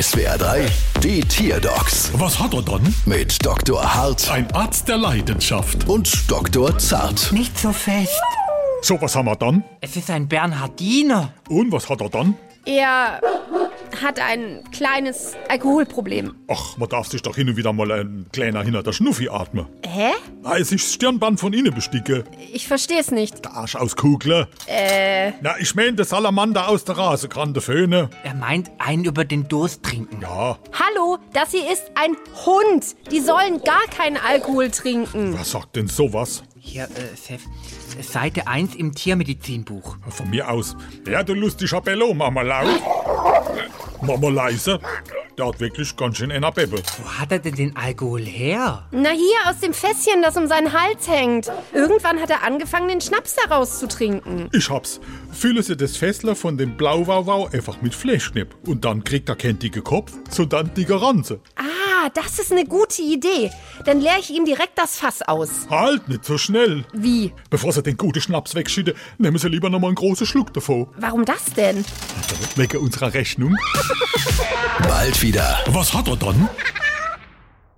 SWR 3, die Tierdocs Was hat er dann? mit Dr. Hart Ein Arzt der Leidenschaft. und Dr. Zart. Nicht so fest. So, was haben wir dann? Es ist ein Bernhardiner. Und was hat er dann? Er hat ein kleines Alkoholproblem. Ach, man darf sich doch hin und wieder mal ein kleiner hinter der Schnuffi atmen. Hä? Na, es ist das Stirnband von innen besticke. Ich verstehe es nicht. Der Arsch aus Kugler. Äh. Na, ich mein, der Salamander aus der Rasekante Föhne. Er meint einen über den Durst trinken. Ja, Hallo, das hier ist ein Hund. Die sollen gar keinen Alkohol trinken. wer sagt denn sowas? Hier, äh, Seth, Seite 1 im Tiermedizinbuch. Von mir aus. Ja, du lustiger Bello, mach mal laut. Mach mal leise. Der hat wirklich ganz schön einer Beppe. Wo hat er denn den Alkohol her? Na hier, aus dem Fässchen, das um seinen Hals hängt. Irgendwann hat er angefangen, den Schnaps daraus zu trinken. Ich hab's. Fülle sie das Fessler von dem Blauwauwau einfach mit Fleischknipp. Und dann kriegt er keinen dicken Kopf, sondern dicke Ranze. Ah, das ist eine gute Idee. Dann leere ich ihm direkt das Fass aus. Halt nicht so schnell. Wie? Bevor sie den guten Schnaps wegschütten, nehmen sie lieber nochmal einen großen Schluck davon. Warum das denn? Wegen unserer Rechnung. Bald wieder. Was hat er dann?